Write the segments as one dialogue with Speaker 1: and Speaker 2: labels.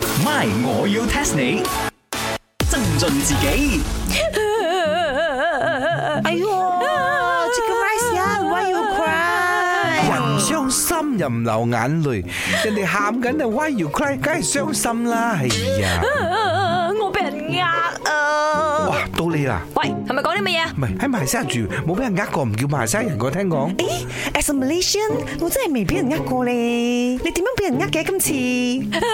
Speaker 1: My，我要 test 你。增進自己
Speaker 2: 哎呦，Chicken Ah, Rice 啊，Why you cry？
Speaker 3: 人傷心又唔流眼淚，人哋喊緊啊，why you cry？梗係傷心啦，哎呀，
Speaker 4: 啊我俾人呃啊！
Speaker 3: 哇，到你啦，
Speaker 4: 喂，係咪講啲乜嘢？
Speaker 3: 唔係喺馬來西亞住，冇俾人呃過，唔叫馬來西亞人，我聽講。
Speaker 2: 誒，as a Malaysian，我真係未俾人呃過咧。你點樣俾人呃嘅今次？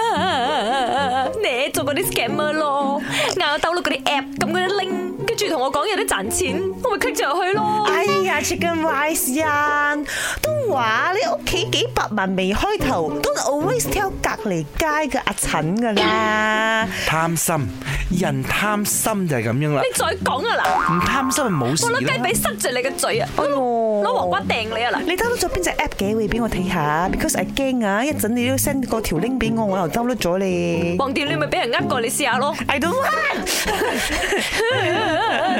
Speaker 4: 你做嗰啲 scammer 咯，嗌我 download 嗰啲 app，撳嗰啲 link，跟住同我講有得賺錢，我咪 click 咗入去咯。
Speaker 2: 哎呀，Chicken Rice 啊，都話你屋企幾百萬未開頭，都 always tell 隔離街嘅阿陳㗎啦。
Speaker 3: 貪心，人貪心就係咁樣啦
Speaker 4: 你，再講啊嗱，
Speaker 3: 唔貪心就冇
Speaker 4: 我
Speaker 3: 事
Speaker 4: 攞雞
Speaker 3: 啦
Speaker 4: 髀。塞住你嘅嘴啊，我
Speaker 2: 哎呦
Speaker 4: 攞攞黃瓜掟你啊嗱！
Speaker 2: 你 download 咗邊隻 app 嘅？會俾我睇下，because I 驚啊！一陣你都 send 個條 link 俾我，我又 download 咗你。
Speaker 4: 黃店你咪俾人呃過，你試下 咯。
Speaker 2: I don't want。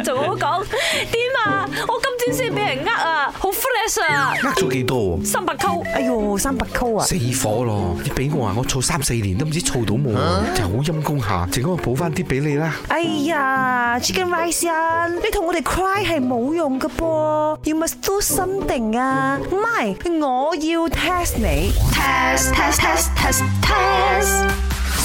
Speaker 4: 仲好講點啊？我今朝先俾人呃啊，好 à. fresh à. 啊，
Speaker 3: 呃咗幾多喎？
Speaker 4: 三百溝。
Speaker 2: 哎呦，三百溝啊！
Speaker 3: 死火咯！你俾我啊，我儲三四年都唔知儲到冇啊，就好陰功下。陣間我補翻啲俾你啦。
Speaker 2: 哎呀，Chicken Rice 啊，你同我哋 cry 係冇用噶噃，You must do something 啊！唔係，我要 test 你。
Speaker 5: test test test test test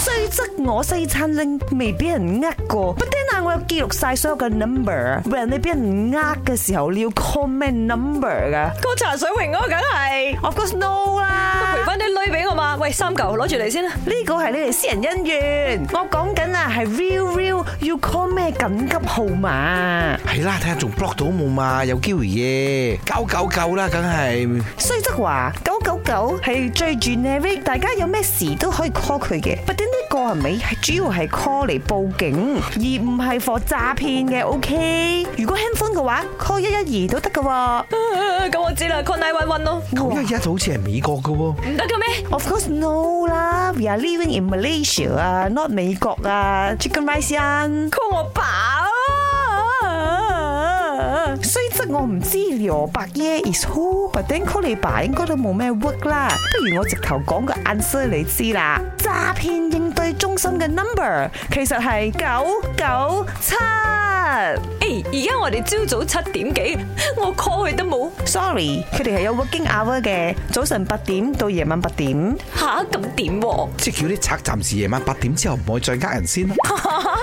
Speaker 2: 雖則我西餐拎未俾人呃過，but then 啊，我有記錄晒所有嘅 number。人你俾人呃嘅時候，你要 comment number 噶。
Speaker 4: 個茶水榮嗰個梗係
Speaker 2: Of course no
Speaker 4: 賠
Speaker 2: 啦，
Speaker 4: 翻啲女俾我嘛。喂，三嚿攞住嚟先啦。
Speaker 2: 呢個係你哋私人恩怨。我講緊啊，係 real real 要 call 咩緊急號碼。
Speaker 3: 係啦，睇下仲 block 到冇嘛，有機會嘅。九九九啦，梗係。
Speaker 2: 雖則話九九九係最 generic，大家有咩事都可以 call 佢嘅。不點呢個係咪係主要係 call 嚟報警，而唔係 for 詐騙嘅。OK，如果 handphone 嘅話，call 一一二都得㗎喎。
Speaker 4: 啊咁我知啦，call 911咯。
Speaker 3: 九一一好似係美國嘅喎，
Speaker 4: 唔得嘅咩？
Speaker 2: Of course no 啦，we are living in Malaysia 啊，not 美國啊，Chicken Rice 啊。
Speaker 4: call 我爸啊！
Speaker 2: 雖則我唔知羅伯耶 is who，but then call 你爸應該都冇咩 work 啦。不如我直頭講個 answer 你知啦。詐騙應對中心嘅 number 其實係九九七。
Speaker 4: 誒，哎而家我哋朝早七點幾，我 call 佢都冇，
Speaker 2: Sorry，佢哋係有 working hour 嘅，早晨八點到夜晚八點。
Speaker 4: 吓咁點喎？
Speaker 3: 即係叫啲賊暫時夜晚八點之後唔可以再呃人先啦。
Speaker 4: 啊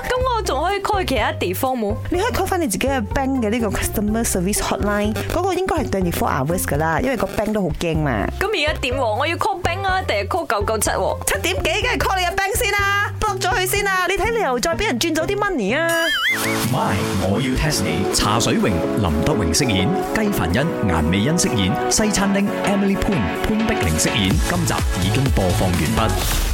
Speaker 4: 咁我仲可以 call 去其他地方冇？
Speaker 2: 你可以 call 翻你自己嘅 bank 嘅呢個 customer service hotline，嗰個應該係 twenty four hours 噶啦，因為個 bank 都好驚嘛。
Speaker 4: 咁而家點喎？我要 call bank 啊，定係 call 九九七？
Speaker 2: 七點幾梗係 call 你嘅 bank 先啦，block 咗佢先啦，你睇你又再俾人轉咗啲 money 啊！
Speaker 1: ，My，我要 test 你。茶水榮、林德榮飾演，雞凡欣、顏美欣飾演，西餐廳 Emily Poon 潘碧玲飾演。今集已經播放完畢。